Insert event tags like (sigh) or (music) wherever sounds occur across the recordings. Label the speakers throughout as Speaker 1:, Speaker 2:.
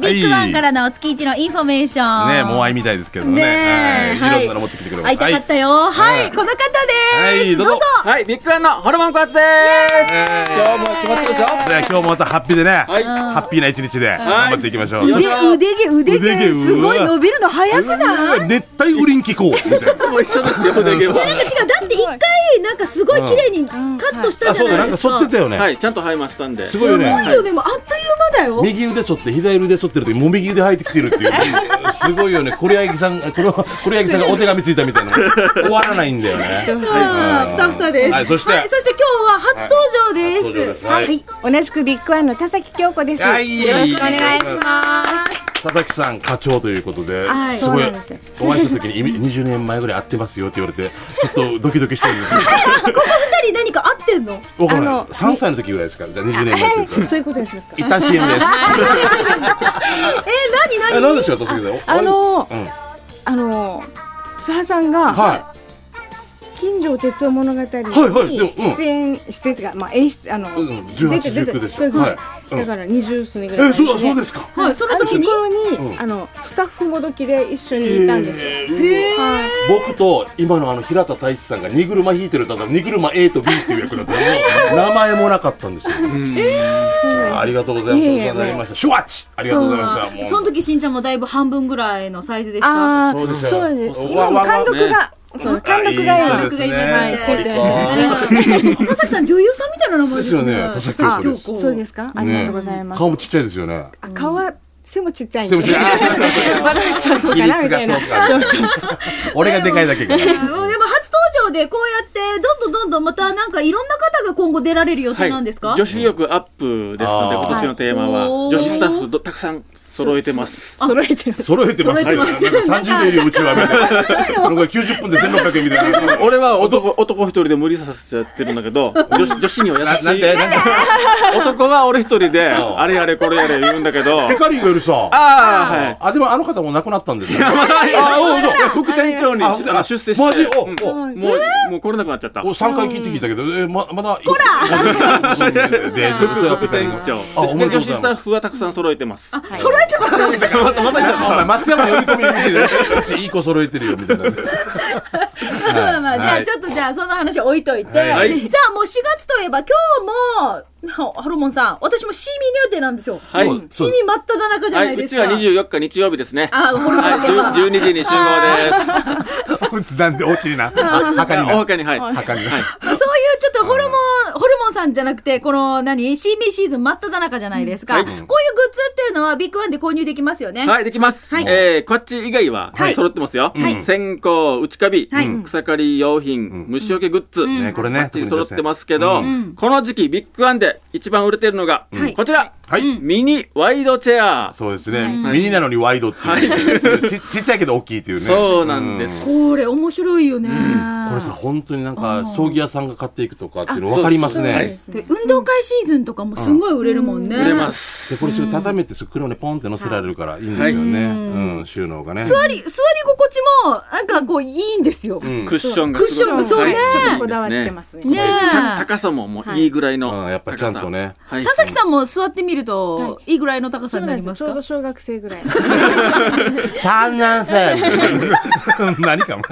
Speaker 1: ビッグワンからの月一のインフォメーション。
Speaker 2: ね、モアイみたいですけど
Speaker 1: ね
Speaker 2: ね。
Speaker 1: え
Speaker 2: はい、
Speaker 1: は
Speaker 2: いろんないの持ってきてくれ
Speaker 1: 会
Speaker 2: ま
Speaker 1: い
Speaker 2: し
Speaker 1: たかったよ。
Speaker 2: は
Speaker 1: はいい、この方
Speaker 2: は
Speaker 1: で
Speaker 2: い、
Speaker 1: す。
Speaker 2: ど
Speaker 1: ど
Speaker 2: う
Speaker 1: う
Speaker 2: ぞ
Speaker 1: ぞ。
Speaker 3: はい、ビッグワンのホルモンコアツです今日も決まってるでしょ
Speaker 2: ね今日もまたハッピーでね、
Speaker 3: はい
Speaker 2: ハッピーな一日で頑張っていきましょう。
Speaker 3: はい
Speaker 2: そし
Speaker 3: い
Speaker 1: 腕
Speaker 2: て
Speaker 1: 腕毛腕
Speaker 2: 腕毛
Speaker 1: 毛すごい伸びるの早くない？
Speaker 2: 熱帯雨林気候みたいな。
Speaker 3: いつも一緒ですよ、だけど。
Speaker 1: なんか違う。だって一回なんかすごい綺麗にカットした
Speaker 2: あ、
Speaker 1: じゃ
Speaker 2: そう
Speaker 1: な
Speaker 2: だ、ないん
Speaker 1: で
Speaker 2: か
Speaker 1: す
Speaker 2: 反ってたよね。
Speaker 3: はい、ちゃんと生えましたんで。
Speaker 2: すごいよ
Speaker 1: か。
Speaker 2: ね。
Speaker 1: いいよでもあっという間だよ。
Speaker 2: 右腕剃って左腕剃ってる時もみぎ腕生えてきてるっていうすごいよねこれやぎさんこのこれやぎさんがお手紙ついたみたいな終わらないんだよね
Speaker 1: あーふさふさです。
Speaker 2: はいそして
Speaker 1: そして今日は初登場
Speaker 2: はい初登場
Speaker 1: で。
Speaker 2: ですすはい
Speaker 4: 同じくビッグワンの田崎京子です。
Speaker 2: はい
Speaker 4: よろしくお願いしま
Speaker 2: 佐々木さん課長ということで、
Speaker 1: はい
Speaker 2: すごい
Speaker 4: そうなんですよ
Speaker 2: お会いした時にい20年
Speaker 4: (laughs)
Speaker 2: 前ぐらい会ってますよって言われてちょっとドキドキしてるん
Speaker 4: (laughs)
Speaker 2: ですけ
Speaker 1: 二人何か合ってんの？
Speaker 2: どわから
Speaker 4: あ
Speaker 2: ない
Speaker 4: の
Speaker 2: 3歳の時ぐらいですからじゃあ20年前って言ったら
Speaker 4: す。そういうことにしますか。
Speaker 2: 一旦 CM
Speaker 1: えー、
Speaker 2: です
Speaker 1: 何
Speaker 2: え
Speaker 1: 何？
Speaker 2: 何でしょう佐々木さん
Speaker 4: あの
Speaker 2: うん
Speaker 4: あの津波さんが
Speaker 2: は
Speaker 4: 金城哲夫物語
Speaker 2: はいはいでもうん
Speaker 4: に出演出演っていうかまあ演出あの
Speaker 2: うんうん18
Speaker 4: 出て
Speaker 2: 19でしょ
Speaker 4: そういうこと
Speaker 2: はいうん
Speaker 4: だから二十数年ぐ
Speaker 2: い
Speaker 4: らい
Speaker 2: え
Speaker 4: 前
Speaker 2: そうだそうですか
Speaker 1: はい、その
Speaker 4: あの
Speaker 1: 時に
Speaker 4: 頃
Speaker 2: う
Speaker 4: に
Speaker 2: ん
Speaker 4: あのスタッフもどきで一緒にいたんですよ。
Speaker 2: えー僕と今のあの平田太一さんが荷車引いてるただ荷車 A と B っていう役だったのに名前もなかったん
Speaker 4: (laughs)
Speaker 2: ですよ、ありがとうございます
Speaker 4: いえ
Speaker 2: お
Speaker 4: いえ
Speaker 2: 世話になりましたシュワッチありがとうございましたもう
Speaker 1: その時しんちゃんもだいぶ半分ぐらいのサイズでした。
Speaker 4: ああ
Speaker 2: そうですよ
Speaker 4: そうです。
Speaker 2: わ
Speaker 4: 今も
Speaker 2: わ
Speaker 4: 貫禄がそう貫禄が
Speaker 2: あい
Speaker 4: 今
Speaker 1: 貫
Speaker 2: い
Speaker 1: 禄
Speaker 2: です
Speaker 1: が
Speaker 2: ね
Speaker 1: 今はい
Speaker 4: ついて
Speaker 2: あ
Speaker 4: ま
Speaker 1: 田崎さん女優さんみたいな名前ですね。
Speaker 2: ですよね田崎京子です
Speaker 1: 京子
Speaker 4: そうですか。ありがとうござい
Speaker 2: ね
Speaker 4: ます。
Speaker 2: 顔もちっちゃいですよね
Speaker 4: あ顔は背もちっちゃいん
Speaker 2: 背
Speaker 4: で。
Speaker 2: もちっちゃい
Speaker 4: (laughs) バランスはそう
Speaker 2: 比
Speaker 4: か
Speaker 2: 率
Speaker 4: な
Speaker 2: がそ
Speaker 4: み
Speaker 2: うか
Speaker 4: たいな。
Speaker 2: 俺がでかいだけか
Speaker 1: うんでも初登場でこうやってどんどんどんどんまたなんかいろんな方が今後出られる予定なんですか、
Speaker 3: 女子力アップですので、
Speaker 2: あー
Speaker 3: 今年のテーマは、
Speaker 1: おー
Speaker 3: 女子スタッフどたくさん揃えてます。
Speaker 4: 揃えてる。
Speaker 2: 揃えてますね
Speaker 1: 揃えてます
Speaker 2: なんか30年よりうちはみたい (laughs) なこれ90分で1600円みたいな
Speaker 3: 俺は男男一人で無理させちゃってるんだ
Speaker 2: (laughs)
Speaker 3: けど、女子女子には優
Speaker 2: ななん
Speaker 3: し
Speaker 2: て
Speaker 3: い。
Speaker 2: なんて
Speaker 3: (laughs) 男は俺一人で、
Speaker 2: ん
Speaker 3: あれやれこれやれ言うんだけど、あ
Speaker 2: ペカリーがいるさ
Speaker 3: あー、はい。
Speaker 2: あでもあの方もう亡くなったんですよ
Speaker 3: ああ、副店長に
Speaker 2: あ副店長
Speaker 3: あ出世して。
Speaker 2: マジお
Speaker 3: うん
Speaker 2: お
Speaker 3: もう、もう来れなくなっちゃった。
Speaker 2: お三回聞いてきたけど、えままだこらでで
Speaker 3: 副店長。
Speaker 2: あおめでと
Speaker 3: で
Speaker 2: うござ
Speaker 3: 女子
Speaker 2: い
Speaker 3: ス
Speaker 2: ま
Speaker 3: タ
Speaker 2: す
Speaker 3: ッフはたくさん揃えてます。あ、
Speaker 1: 揃えてますよ
Speaker 3: またまた
Speaker 2: お前松山の呼び込み見てるうちいい子揃えてるよみ
Speaker 3: (laughs)
Speaker 2: たいな
Speaker 1: まあまあじゃ
Speaker 2: は
Speaker 1: あ
Speaker 2: い
Speaker 1: ちょっとじゃあその話置いといて、
Speaker 3: はい
Speaker 1: さあもう4月といえば今日もハロモンさん私もシーミー予定なんですよ、
Speaker 3: はい
Speaker 2: そう
Speaker 1: シーミー真っ只中じゃ
Speaker 3: は
Speaker 1: ない
Speaker 3: い、
Speaker 1: で
Speaker 3: う
Speaker 1: す
Speaker 3: ち
Speaker 1: か、
Speaker 3: は24日日曜日ですね。
Speaker 1: あホルモン
Speaker 3: はい、じゅ12時に集合です。
Speaker 2: なんで落ちるなはかに
Speaker 3: お
Speaker 2: な
Speaker 3: 墓に、はい。
Speaker 2: はかにな
Speaker 3: はい
Speaker 1: そういうちょっとホルモン、ホルモンさんじゃなくて、この何、CB シーズン真っ只中じゃないですか。
Speaker 3: はい
Speaker 1: こういうグッズっていうのはビッグワンで購入できますよね。
Speaker 3: はい、できます。
Speaker 1: はい
Speaker 3: えー、こっち以外は、
Speaker 1: はい
Speaker 3: 揃ってますよ。
Speaker 1: はい
Speaker 3: 線香、内カビ、
Speaker 1: はい
Speaker 3: 草刈り用品、虫除けグッズ。
Speaker 2: ねこれね
Speaker 3: こっち揃ってますけど、
Speaker 2: うん
Speaker 3: この時期ビッグワンで一番売れてるのが、
Speaker 1: はい
Speaker 3: こちら、
Speaker 2: はい
Speaker 3: ミニワイドチェア。
Speaker 2: そうですねミニなのにワイドって (laughs) ちちっちゃいけど大きいっていうね
Speaker 3: そうなんです。
Speaker 1: これ面白いよね。
Speaker 2: これさ本当になんか葬儀屋さんが買っていくとかっていうの分かります
Speaker 4: そうで
Speaker 2: ね
Speaker 4: す
Speaker 1: で運動会シーズンとかもすごい売れるもんね。
Speaker 3: 売れます。
Speaker 2: でこれ畳めて袋にポンって乗せられるからいいんですよねうん収納がね
Speaker 1: 座り、座り心地も、なんかこう、いいんですよ。
Speaker 2: うん
Speaker 3: クッションが
Speaker 1: クッションが
Speaker 3: すごい
Speaker 1: そうね
Speaker 3: はい
Speaker 1: ちょっ
Speaker 4: こだわってますね。
Speaker 1: ね
Speaker 3: た
Speaker 1: え。
Speaker 3: 高さももういいぐらいの
Speaker 2: うん
Speaker 3: 高さ。
Speaker 2: やっぱちゃんとね
Speaker 3: はい。
Speaker 1: 田崎さんも座ってみると、いいぐらいの高さ
Speaker 4: そう
Speaker 1: に
Speaker 4: な
Speaker 1: なん
Speaker 4: で
Speaker 1: り
Speaker 4: すよ
Speaker 1: ます
Speaker 4: ちょ
Speaker 1: か
Speaker 4: うど小学生ぐらい。
Speaker 2: 三年生 (laughs) 何かも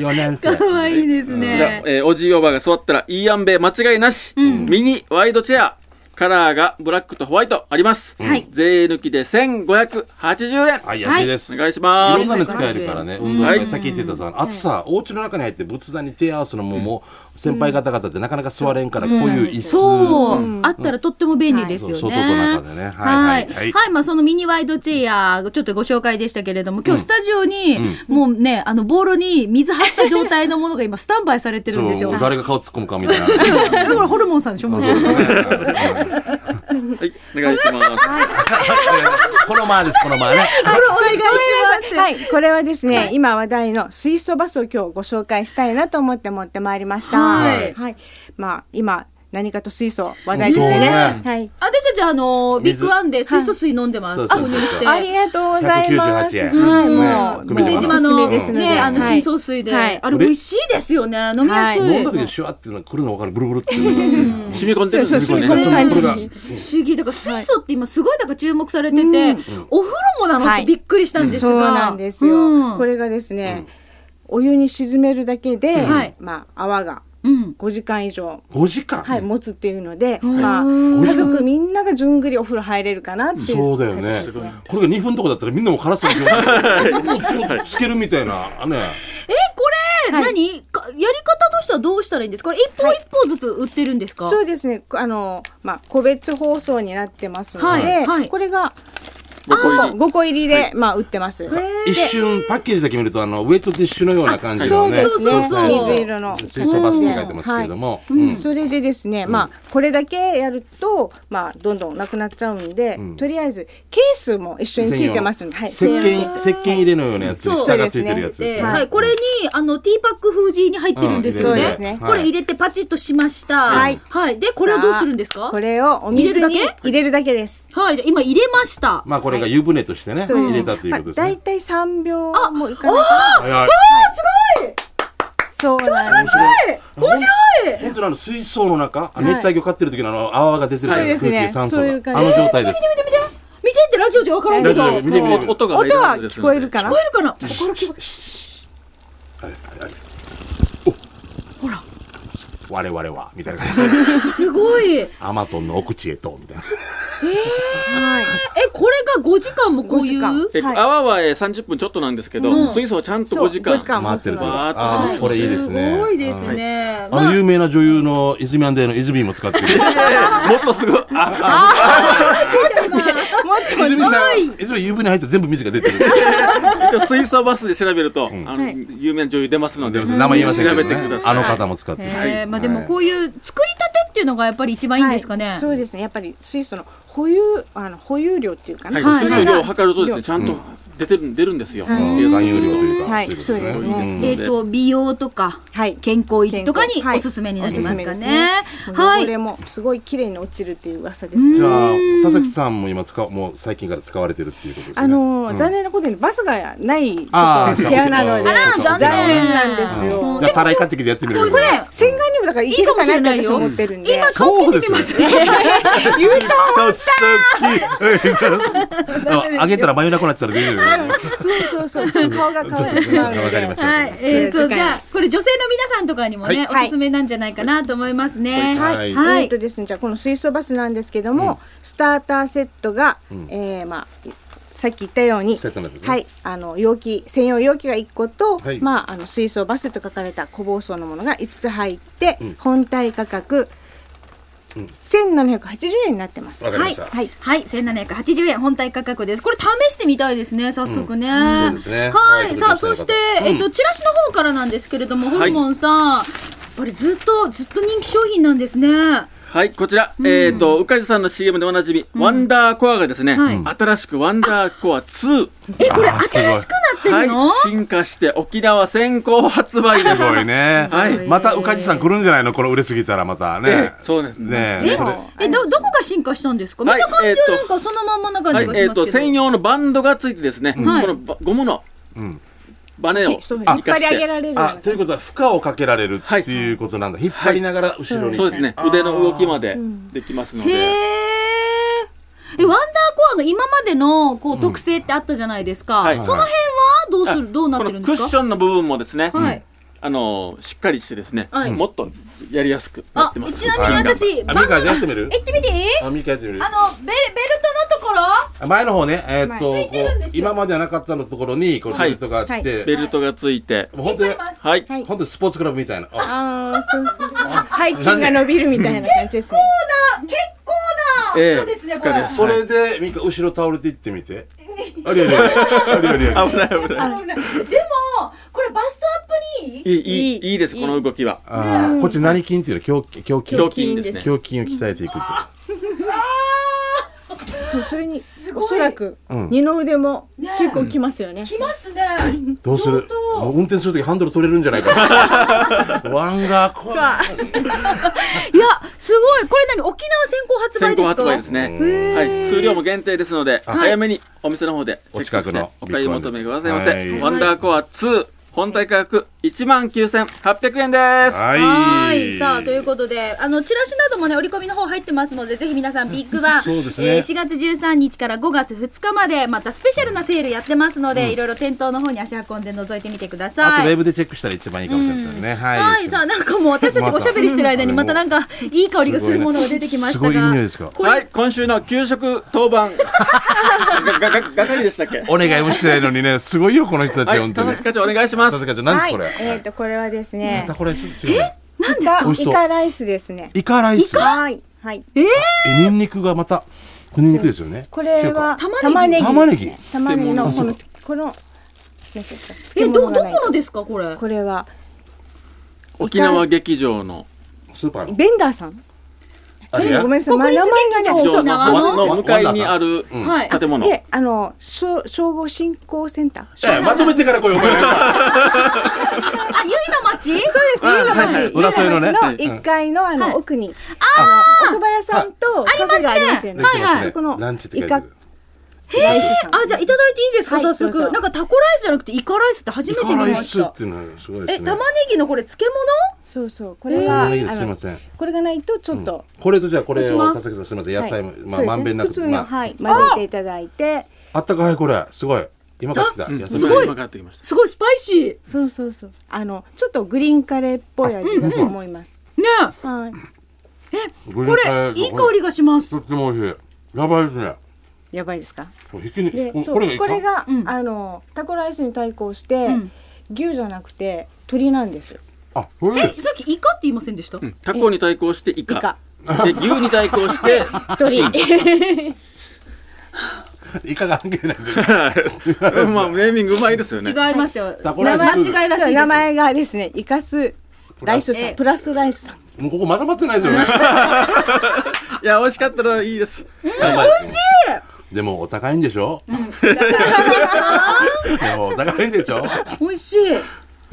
Speaker 2: 四年生
Speaker 1: 可愛いです
Speaker 3: こちら
Speaker 1: ね。、
Speaker 3: えーおじいおばあが座ったらいいあんべ間違いなし、ミニワイドチェアカラーがブラックとホワイトあります、
Speaker 1: はい
Speaker 3: 税抜きで1580円、
Speaker 2: はい安いです
Speaker 3: お願いし
Speaker 2: い
Speaker 3: ま
Speaker 2: ろん
Speaker 3: す
Speaker 2: なの使えるからね、運動会、さっき言ってたさ、暑さ、お家の中に入って仏壇に手合わせのも、もう先輩方々ってなかなか座れんから、こういう椅子。
Speaker 1: そう、
Speaker 2: ん
Speaker 1: あったらとっても便利ですよね。
Speaker 2: そう外と中でねは
Speaker 1: はいい。
Speaker 2: は
Speaker 1: はいい。はいまあそのミニワイドチェア、ちょっとご紹介でしたけれども、今日スタジオに、もうね、あの、ボールに水張った状態のものが今、スタンバイされてるんです
Speaker 2: そ
Speaker 1: よ。
Speaker 2: う
Speaker 1: だか
Speaker 2: 誰が顔突っ込むかみたいな。
Speaker 1: らホルモンさんでしょ、もちろん
Speaker 3: はいお願いします、
Speaker 2: この間です、この間ね。
Speaker 1: お願いし
Speaker 4: (laughs)
Speaker 1: ます。
Speaker 4: はい、これはですね、今話題の水素バスを今日ご紹介したいなと思って持ってまいりました。
Speaker 2: は
Speaker 4: はいい、まあ、今。何かと水素話題ですよね。
Speaker 2: うんそうね
Speaker 4: はい。
Speaker 1: 私たちあのビッ
Speaker 2: 水
Speaker 1: グワンで水素水飲んでます。
Speaker 2: はいそ
Speaker 1: 購
Speaker 2: うそうそう
Speaker 1: 入して。
Speaker 4: ありがとうございます。
Speaker 2: 198円
Speaker 4: はい、
Speaker 2: うん
Speaker 4: も
Speaker 2: 久
Speaker 4: う、
Speaker 1: 久
Speaker 2: 米
Speaker 1: 米
Speaker 2: 島
Speaker 1: 島の
Speaker 4: お
Speaker 1: ね
Speaker 4: すすめですので
Speaker 1: あの
Speaker 4: は
Speaker 1: 深
Speaker 4: い
Speaker 1: 層水で、
Speaker 4: はい
Speaker 1: あれ美味しいですよね飲みやすい、
Speaker 4: はい
Speaker 2: 飲んだ時にシュワっていうのが来るの分かるブルブルっていうのが
Speaker 3: 染み込んでるん
Speaker 4: そう
Speaker 3: で
Speaker 4: そ
Speaker 3: す
Speaker 4: う
Speaker 3: ね
Speaker 4: 染み込んでる
Speaker 2: こ
Speaker 4: 感
Speaker 2: れ
Speaker 4: じ
Speaker 2: が
Speaker 1: 不思議だから水素って今すごいだから注目されてて、お風呂もなのっ
Speaker 4: は
Speaker 1: て
Speaker 4: い
Speaker 1: びっくりしたんですが、
Speaker 4: そうなんですよ、
Speaker 1: うん
Speaker 4: これがですね、お湯に沈めるだけで、
Speaker 1: はい
Speaker 4: まあ泡が
Speaker 1: うん
Speaker 4: 5時間以上、
Speaker 2: 5時間
Speaker 4: はい、持つっていうので、
Speaker 1: ん
Speaker 4: まあ
Speaker 1: うん
Speaker 4: 家族みんながじゅんぐりお風呂入れるかなっていう
Speaker 2: そうだよねこれが2分とかだったらみんなもカラスの状態もうこうつけるみたいなあね
Speaker 1: えこれ、
Speaker 4: はい
Speaker 1: 何かやり方としてはどうしたらいいんですかこれ一本一本ずつ売ってるんですか、
Speaker 4: そうですねあの、まあ、個別包装になってますので、
Speaker 1: はいはい
Speaker 4: これが
Speaker 3: ごこ入り
Speaker 4: 5個入りで、まあ、売ってます。
Speaker 2: 一瞬パッケージだけ見るとあのウェイトティッシュのような感じ
Speaker 4: そ
Speaker 2: の
Speaker 4: う
Speaker 2: ね
Speaker 4: です
Speaker 1: そう
Speaker 4: ね
Speaker 1: そうそう
Speaker 4: 水色の
Speaker 2: 水素バスって書いてますけれども、うん
Speaker 4: それでですね、まあこれだけやるとまあどんどんなくなっちゃうんで、
Speaker 2: ん
Speaker 4: とりあえずケースも一緒についてますんで、はい、
Speaker 2: 石鹸石鹸入れのようなやつに
Speaker 1: そう
Speaker 2: 蓋がついてるやつで
Speaker 1: ですは
Speaker 2: ね
Speaker 1: い、これにあのティーパック風に入ってるんですよ
Speaker 4: うん
Speaker 1: ね,、
Speaker 4: そうですね
Speaker 1: これ入れてパチッとしました
Speaker 4: はい
Speaker 1: はい、でこれはどうするんですか
Speaker 4: これをお水に
Speaker 1: 入れるだ
Speaker 4: 入れるだけです。
Speaker 1: はいじゃあ今入れました、
Speaker 2: まあこれが湯船としてね
Speaker 4: そう
Speaker 2: 入
Speaker 4: で
Speaker 2: れ
Speaker 4: す
Speaker 2: たということです
Speaker 4: まあ、大
Speaker 2: ね
Speaker 4: 体3秒もいかないかな。
Speaker 2: はいはい
Speaker 4: そうなんです。
Speaker 2: 面白い本当にあの水槽の中、あの熱帯魚飼ってる時のあの泡が出てる
Speaker 4: そうですね
Speaker 2: 空気酸素が、
Speaker 4: そういう感
Speaker 2: あ
Speaker 4: じ
Speaker 2: の状態
Speaker 1: 見
Speaker 2: です
Speaker 1: て見て見て見てってラジオじゃ分からんけど
Speaker 2: ラジオ
Speaker 1: 聞
Speaker 2: で見て見て見て
Speaker 3: 音が入
Speaker 4: 音
Speaker 3: る
Speaker 4: は
Speaker 3: はずです
Speaker 4: 聞
Speaker 3: の
Speaker 4: こ
Speaker 3: で
Speaker 4: えるかな
Speaker 1: こ。えるかな心聞こ
Speaker 2: あれあれあれ
Speaker 1: ほら
Speaker 2: 我々はみたいな
Speaker 1: えすごいえ
Speaker 2: アマゾンの奥地へとみたいな
Speaker 4: はい。
Speaker 1: これが5時間もこうい
Speaker 4: 5時間
Speaker 1: う
Speaker 3: え
Speaker 4: はい
Speaker 3: 泡はえー30分ちょっとなんですけど、水素はちゃんと
Speaker 4: そう
Speaker 3: 5時間
Speaker 4: 5時間
Speaker 2: 待ってると
Speaker 3: わーっと
Speaker 2: ああこれいいですね
Speaker 1: すごいですね、
Speaker 2: あの有名な女優の泉アンデーの泉も使ってる
Speaker 3: もっとすごいあ
Speaker 4: もっと
Speaker 2: 泉さん泉湯船入って全部水が出てる
Speaker 3: でも水素バスで調べると、あの有名な女優出ますので
Speaker 2: 名前言いませんけ
Speaker 3: 調
Speaker 2: ど
Speaker 3: べてく
Speaker 2: ね
Speaker 3: ださ
Speaker 2: あ
Speaker 3: い
Speaker 2: の方も使ってる、
Speaker 1: えーまあでもこういう作りたてっていうのがやっぱり一番いいんですかね、
Speaker 4: はいそうですね。やっぱり水素の保有あの保有量っていうか
Speaker 3: は
Speaker 4: な。
Speaker 3: い、
Speaker 1: はい
Speaker 3: 水素量を測るとですねちゃんと出てる出るんですよ、
Speaker 2: うん含有量というか、
Speaker 4: はい
Speaker 2: そういうこと
Speaker 4: そうですね
Speaker 1: えー、と美容とか
Speaker 4: はい
Speaker 1: 健康維持とかに
Speaker 4: 健康
Speaker 1: おすすめになります
Speaker 4: はい
Speaker 1: か
Speaker 4: おすす
Speaker 1: ね
Speaker 4: め。ですね
Speaker 1: はい
Speaker 4: 汚れもすごい綺麗に落ちるっていう噂ですね。
Speaker 2: じゃあ田崎さんも今使うもう最近から使われてるっていうことですね
Speaker 4: あのー残念なことにバスがないちょっと部
Speaker 2: あー
Speaker 4: 屋なので
Speaker 2: あら
Speaker 1: 残念
Speaker 4: 残念なんですよ、
Speaker 2: じゃあたらい買ってきてやってみる
Speaker 1: これね
Speaker 4: 洗顔にもだからいけるかなって私思ってるんで
Speaker 1: いいかもしれないよ
Speaker 2: そ
Speaker 4: そう
Speaker 2: うですよね。
Speaker 4: (laughs) 言うと
Speaker 2: 田崎 (laughs) ああげたら真夜中になってたら出てるよね。
Speaker 4: そうそうそ
Speaker 2: (laughs)
Speaker 4: うちょっと顔が変わってしまうので
Speaker 2: わかりました
Speaker 1: はい、えー、
Speaker 4: 次
Speaker 1: と、
Speaker 4: 回
Speaker 1: じゃあ、これ女性の皆さんとかにもね、
Speaker 4: は
Speaker 1: お
Speaker 4: い
Speaker 1: すすめなんじゃないかなと思いますね。
Speaker 2: はい
Speaker 4: はい、
Speaker 1: は
Speaker 4: はいい、えーとですね、じゃあこの水素バスなんですけども、スターターセットが、えーまあさっき言ったように、
Speaker 2: セットなんですね
Speaker 4: はい、あの容器専用容器が1個と、
Speaker 2: はい
Speaker 4: まああの水素バスと書かれた個包装のものが5つ入って、
Speaker 2: ん
Speaker 4: 本体価格、
Speaker 2: ん
Speaker 4: 1780円になってます。
Speaker 2: わかりました
Speaker 4: はい、
Speaker 1: はい、千七百八十円本体価格です。これ試してみたいですね。早速ね。
Speaker 2: んそうですね
Speaker 1: は
Speaker 2: はい
Speaker 1: い、さあ、
Speaker 2: 特
Speaker 1: そ
Speaker 2: に
Speaker 1: し
Speaker 2: してて、
Speaker 1: えっと、チラシの方からなんですけれども、ホルモンさん。やっぱりずっと、ずっと人気商品なんですね。
Speaker 3: はい、こちら、えっ、と、うかじさんの CM でおなじみ、ワンダーコアがですね、
Speaker 1: はい
Speaker 3: 新しくワンダーコア2、
Speaker 1: え、これ
Speaker 2: あーすごい
Speaker 1: 新しくなってるの。
Speaker 3: はい、進化して沖縄先行発売です。
Speaker 2: すごいね。
Speaker 3: はい
Speaker 2: また、うかじさん来るんじゃないのこれ売れすぎたらまたね
Speaker 3: え。そうです
Speaker 2: ね
Speaker 3: ね。
Speaker 2: え、
Speaker 1: え
Speaker 2: それ。
Speaker 1: えどどこが進化したんですか、
Speaker 3: はい
Speaker 1: 見た感じは
Speaker 3: えー
Speaker 1: なんかそのまんまな感
Speaker 3: は
Speaker 1: じ
Speaker 3: い
Speaker 1: が、
Speaker 3: え
Speaker 1: し
Speaker 3: っ、
Speaker 1: ます
Speaker 3: と、
Speaker 1: けど、
Speaker 3: 専用のバンドがついてですね、
Speaker 1: はい
Speaker 3: このばゴムの
Speaker 2: ん
Speaker 3: バネを
Speaker 4: そう
Speaker 3: 生
Speaker 4: 引っ張
Speaker 3: か
Speaker 4: り
Speaker 3: し
Speaker 4: 上げ
Speaker 3: て、
Speaker 4: られるような
Speaker 2: あ、ということは、負荷をかけられる
Speaker 3: はい
Speaker 2: っていうことなんだ。引っ張りながら後ろに。
Speaker 3: そうですね、腕の動きまでできますの
Speaker 1: へ
Speaker 3: で。
Speaker 1: ええワンダーコアの今までのこう特性ってあったじゃないですか、
Speaker 3: はい
Speaker 1: その辺はどうす
Speaker 3: あ
Speaker 1: るどうなっ
Speaker 3: こ
Speaker 1: てる
Speaker 3: の
Speaker 1: んで
Speaker 3: クッ
Speaker 1: すか
Speaker 3: ションの部分もですね、
Speaker 1: はい
Speaker 3: あのしっかりしてですね、
Speaker 1: はい
Speaker 3: もっとやりやすくな
Speaker 1: あ
Speaker 3: ってます。
Speaker 1: ちなみに私
Speaker 2: あ
Speaker 1: バンド
Speaker 2: ミカやってみる
Speaker 1: 行ってみていい
Speaker 2: あ、右からやってみる
Speaker 1: あ。のベベルトのところ
Speaker 2: 前の方ね、えーっと、
Speaker 1: 前ついてるん
Speaker 2: こう
Speaker 1: ですよ
Speaker 2: 今まではなかったのところに、こう、
Speaker 3: はい
Speaker 2: ベルトがあっ
Speaker 4: はい
Speaker 3: ベ
Speaker 2: て、
Speaker 3: ルトがついて、
Speaker 2: もう本当に、
Speaker 1: ます
Speaker 3: はい、
Speaker 4: はい
Speaker 2: 本当にスポーツクラブみたいな。あ
Speaker 4: あーそうそう背筋が伸びるみたいな感じですね。
Speaker 1: あ結構な
Speaker 3: ええ
Speaker 1: そうですねこれ
Speaker 3: 負荷です
Speaker 2: それで、ミカ、後ろ倒れていってみて。ありありあり。ありありあり。
Speaker 3: 危ない危ない。
Speaker 1: 危ないでもこれバストアップにいい
Speaker 3: いい、いい、いいです、この動きは。
Speaker 2: あーこっち何筋っていうの胸胸筋。
Speaker 3: 胸筋ですね。
Speaker 2: 胸筋を鍛えていくっていう。
Speaker 4: そうそれにお
Speaker 1: ごい
Speaker 4: そらく
Speaker 2: うん
Speaker 4: 二の腕も
Speaker 1: ねえ
Speaker 4: 結構きますよね。
Speaker 1: きますね
Speaker 2: どうする
Speaker 1: ちょっと
Speaker 2: もう運転するときハンドル取れるんじゃないかなワンガー
Speaker 1: (laughs)
Speaker 2: 怖い
Speaker 1: いやすごいこれ何沖縄先行発売
Speaker 3: 先
Speaker 1: で
Speaker 3: 行
Speaker 1: すか
Speaker 3: 発売ですね。
Speaker 2: うん
Speaker 3: はい、数量も限定ですので、
Speaker 2: あ
Speaker 3: 早めにお店の方でチェック
Speaker 2: お近
Speaker 3: し
Speaker 2: く
Speaker 3: て
Speaker 2: の
Speaker 3: お買い求めくださいま
Speaker 2: ビッグ
Speaker 3: せ。
Speaker 2: ワ
Speaker 3: ワンダーコア2本体価格1万9800円です。
Speaker 1: はいさあということであのチラシなどもね折り込みの方入ってますのでぜひ皆さんビッグバ (laughs) ン、
Speaker 2: そうですね
Speaker 1: えー4月13日から5月2日までまたスペシャルなセールやってますので、いろいろ店頭の方に足運んで覗いてみてください。
Speaker 2: あとウェブでチェックしたら一番いいかもしれませんねはい
Speaker 1: はい、さあなんかもう私たちがおしゃべりしてる間にまたなんかいい香りがするものが出てきましたが、
Speaker 2: すごい匂いですか
Speaker 1: これ
Speaker 3: はい、今週の給食当番
Speaker 2: (laughs)
Speaker 3: ががが係でしたっけ。
Speaker 2: お願いもしてないのにねすごいよこの人た
Speaker 3: は
Speaker 2: ち
Speaker 3: い、
Speaker 2: 本当
Speaker 3: 田
Speaker 2: に
Speaker 3: 崎課長お願いします
Speaker 2: さ。すが何ですこれ
Speaker 4: はい、えっ、とこれはです
Speaker 2: ま
Speaker 4: ね
Speaker 2: た、これえ
Speaker 4: なんです
Speaker 2: 美味し
Speaker 4: イ
Speaker 2: そう
Speaker 4: カライスですね。
Speaker 2: イカライス
Speaker 4: はいはい。
Speaker 2: えニンニクがまたニンニクですよね
Speaker 4: これは
Speaker 1: 玉
Speaker 4: 玉
Speaker 1: ね
Speaker 4: ね
Speaker 2: ぎ
Speaker 4: ぎ。
Speaker 3: 玉
Speaker 4: 玉
Speaker 3: ね
Speaker 4: ね
Speaker 3: ぎ
Speaker 4: ぎのこ
Speaker 2: あ
Speaker 4: のつこのなんていうんですか
Speaker 1: え
Speaker 4: 漬
Speaker 1: ど
Speaker 4: 物
Speaker 1: ど
Speaker 4: がない
Speaker 1: このですかこれ？
Speaker 4: これは
Speaker 3: 沖縄劇場の
Speaker 2: スーパーの
Speaker 4: ベンダーさん。
Speaker 2: あ
Speaker 4: ごめんなさい。まあ
Speaker 1: 国立
Speaker 4: 名前が
Speaker 1: 劇場
Speaker 4: ね。
Speaker 3: の
Speaker 1: 沖縄の
Speaker 3: の向かいにある
Speaker 2: ん
Speaker 1: はい
Speaker 3: 建物。
Speaker 4: で、あのしょ総合振興センター。
Speaker 2: いやまとめてから来いお前ら
Speaker 1: あゆいの町？
Speaker 4: そうですね。今町、
Speaker 2: 浦添のね
Speaker 4: 一階のあ
Speaker 1: はい
Speaker 4: の奥に、あのお蕎麦屋さんとカフェがありますよね。
Speaker 1: はいはい
Speaker 4: そこの
Speaker 2: ランチって書いて
Speaker 4: イカ
Speaker 2: ある
Speaker 4: ライスさん。
Speaker 1: あじゃあいただいていいですか、
Speaker 4: は
Speaker 1: 早
Speaker 4: いど
Speaker 1: 速
Speaker 4: うぞ
Speaker 1: なんかタコライスじゃなくてイカライスって初
Speaker 2: イ
Speaker 1: めて
Speaker 2: カ
Speaker 1: 見
Speaker 2: ライ
Speaker 1: まし
Speaker 2: スったて。いうのはすごいで
Speaker 1: え
Speaker 2: すね
Speaker 1: 玉ねぎのこれ漬物？
Speaker 4: そうそう。これ
Speaker 2: 玉
Speaker 4: はあ
Speaker 2: ねぎですすいま
Speaker 4: の
Speaker 2: せん
Speaker 4: これがないとちょっと。
Speaker 2: これとじゃあこれ
Speaker 1: いき
Speaker 2: を
Speaker 1: ます
Speaker 2: 田崎さんすみません野菜も
Speaker 4: はい
Speaker 2: ま
Speaker 4: そうです
Speaker 2: あ
Speaker 4: ね
Speaker 2: まんべんな
Speaker 4: 普
Speaker 2: く
Speaker 4: 通の、
Speaker 2: まあ
Speaker 4: はい、混ぜていただいて
Speaker 2: あったかいこれすごい今から来た野菜
Speaker 1: すごい
Speaker 3: 今買ってきました。
Speaker 1: すごいスパイシ
Speaker 4: そうそうそうあのちょっとグリーンカレーっぽい味だと思います、
Speaker 1: ー。ね
Speaker 4: はい
Speaker 1: えこれいい香りがします。
Speaker 2: とっても美味しいやばいですね
Speaker 4: やばいですか
Speaker 2: ひき
Speaker 4: で
Speaker 2: 肉
Speaker 4: そ
Speaker 2: これが
Speaker 4: う
Speaker 2: イ
Speaker 4: こ
Speaker 2: カ
Speaker 4: れが、
Speaker 1: うん
Speaker 4: あのタコライスに対抗して、
Speaker 1: ん
Speaker 4: 牛じゃなくて鳥なんですよ
Speaker 2: あこれ
Speaker 1: え
Speaker 2: です
Speaker 1: さっきイカって言いませんでした？
Speaker 3: うんタコに対抗してイ
Speaker 4: イカ
Speaker 3: カ。で牛に対
Speaker 1: (laughs)
Speaker 3: 抗して
Speaker 4: 鳥
Speaker 2: イカが関係ないです
Speaker 3: うんまあネーミングうまいですよね。
Speaker 1: 違いましたよ。
Speaker 2: タコライス
Speaker 1: 間違いらしいで
Speaker 4: そう
Speaker 1: す。
Speaker 4: 名前がですねイカスライス
Speaker 1: プラ
Speaker 4: さ
Speaker 1: ス
Speaker 4: んプラスライスさん
Speaker 2: もうここまとまってないですよね
Speaker 3: いや美味しかったらいいです。
Speaker 2: 美味しいでもお高いんでしょでもお高いんでしょ
Speaker 1: 美味しい。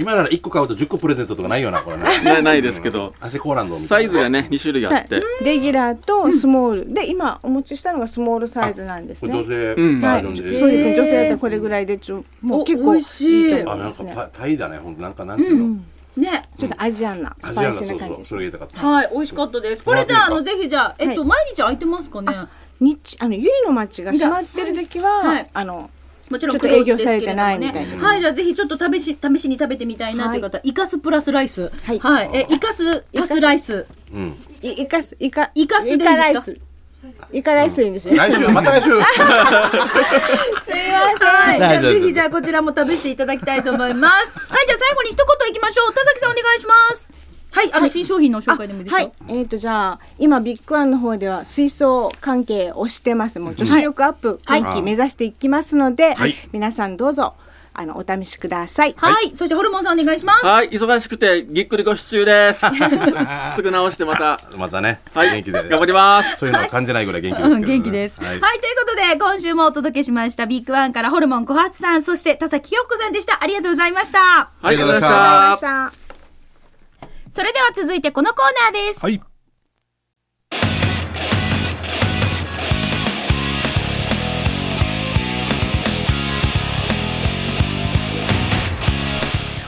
Speaker 2: 今なら1個買うと10個プレゼントとかないよなこれね
Speaker 3: ないないですけど
Speaker 2: アシコーランドみた
Speaker 3: サ
Speaker 2: い
Speaker 3: イ
Speaker 2: な
Speaker 3: ズがね2種類あって。
Speaker 4: レギュラーとスモール、で今お持ちしたのがスモールサイズなんです
Speaker 2: これ
Speaker 4: ね
Speaker 2: 女性
Speaker 3: うん
Speaker 2: バ
Speaker 4: は
Speaker 2: ー
Speaker 4: い、
Speaker 2: ジョン
Speaker 4: そう
Speaker 2: で、
Speaker 1: へ
Speaker 4: です
Speaker 1: ー
Speaker 4: ね女性だったらこれぐらいでちょも
Speaker 1: お
Speaker 4: う結構
Speaker 1: 美味しい
Speaker 4: と
Speaker 2: あな
Speaker 4: 思い
Speaker 2: ん
Speaker 4: ます
Speaker 2: か
Speaker 4: ね
Speaker 2: タタイだねほんとなんかなんていうの、
Speaker 1: ね。
Speaker 4: ちょっとアジアンな
Speaker 2: アジ
Speaker 4: ス
Speaker 2: ア
Speaker 4: パ
Speaker 2: な
Speaker 4: イシ
Speaker 2: そ
Speaker 4: ー
Speaker 2: う
Speaker 4: な感
Speaker 2: そ
Speaker 4: じ
Speaker 2: うそれが言いたかった、
Speaker 1: はい、美味しかったです。これじゃあ、あの、ぜひじゃあ、えっと、
Speaker 4: は
Speaker 1: 毎日空いてますかね。
Speaker 4: 日あのゆいの町が閉まってる時は、
Speaker 1: はい
Speaker 4: あの
Speaker 1: もちろん
Speaker 4: ちょっと
Speaker 1: 黒酢
Speaker 4: 営業
Speaker 1: ですけ
Speaker 4: さ
Speaker 1: れどもね
Speaker 4: れてないみたいです
Speaker 1: はい、じゃあ、ぜひちょっと試し、試しに食べてみたいなという方、イカスプラスライス。は、
Speaker 4: はいい
Speaker 1: え、イカス、タスライス。
Speaker 2: うん
Speaker 4: いイカスイカ
Speaker 1: イカスでいい
Speaker 4: イ
Speaker 1: ですか
Speaker 4: カライスイカライスでいいんですよ、
Speaker 2: 来週また来週
Speaker 1: はい、じゃあ、
Speaker 2: 大丈夫
Speaker 1: ぜひ、じゃあ、こちらも試していただきたいと思います。はい、じゃあ、最後に一言いきましょう。田崎さん、お願いします。はい、あの、新商品の紹介でもいいです
Speaker 4: は
Speaker 1: か
Speaker 4: い。、えっ、とじゃあ今ビッグワンの方では水槽関係をしてますもう女子力アップ
Speaker 1: はい
Speaker 4: 今期目指していきますので、
Speaker 2: はい
Speaker 4: 皆さんどうぞあのお試しください、
Speaker 1: はい、そして、ホルモンさん、お願いします。
Speaker 3: はい忙しくてぎっくり腰中
Speaker 1: (laughs)
Speaker 3: です。すすぐ直してまた。
Speaker 2: またね、
Speaker 3: はい
Speaker 2: 元気で
Speaker 3: 頑張ります。
Speaker 2: そういうのは感じないぐらい元気ですけ
Speaker 1: う
Speaker 2: ど、
Speaker 1: ん、
Speaker 2: ね、
Speaker 1: 元気です。は、
Speaker 2: はいい、
Speaker 1: ということで、今週もお届けしました、ビッグワンからホルモン小発さん、そして田崎京子さんでした。ありがとうございました。
Speaker 3: はいありがとうございまし
Speaker 2: あ
Speaker 4: あ
Speaker 3: た
Speaker 4: りがとうご。ざいました
Speaker 1: それでは続いてこのコーナーです。
Speaker 2: はい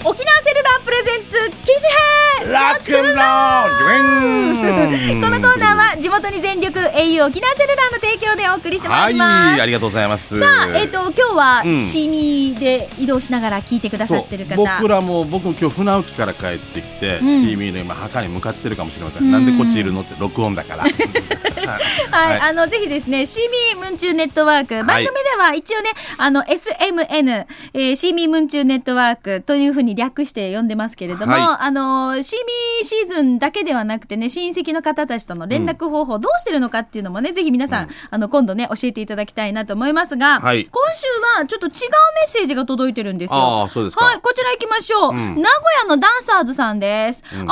Speaker 1: 沖縄セルラープレゼンツ、機種編
Speaker 2: ラックンロー
Speaker 1: (laughs)
Speaker 2: ル
Speaker 1: このコーナーは地元に全力 au 沖縄セルラーの提供でお送りしてまいりま
Speaker 2: は
Speaker 1: す。
Speaker 2: い、ありがとうございます。
Speaker 1: さあ、えっ、と、今日は、
Speaker 2: うん
Speaker 1: シミで移動しながら聞いてくださ
Speaker 2: そう
Speaker 1: ってる方。
Speaker 2: 僕らも僕も今日船沖から帰ってきて、
Speaker 1: ん
Speaker 2: CB の今墓に向かってるかもしれません、なんでこっちいるのって録音だ
Speaker 1: (laughs)
Speaker 2: から
Speaker 1: はい、
Speaker 2: は
Speaker 1: あの、ぜひですね、シーミームンチューネットワーク、番組では一応ね、あの、SMN、えー、シーミームンチューネットワークというふうに略して呼んでますけれども、
Speaker 2: は
Speaker 1: あの、シーミーシーズンだけではなくてね、シ親戚の方たちとの連絡方法どうしてるのかっていうのもね、ぜひ皆さん、あの、今度ね、教えていただきたいなと思いますが、
Speaker 2: はい
Speaker 1: 今週はちょっと違うメッセージが届いてるんですよ。
Speaker 2: ああそうですか
Speaker 1: はい、こちら行きましょう。名
Speaker 2: ん
Speaker 1: 古屋のダンサーズさんです。お二人さん、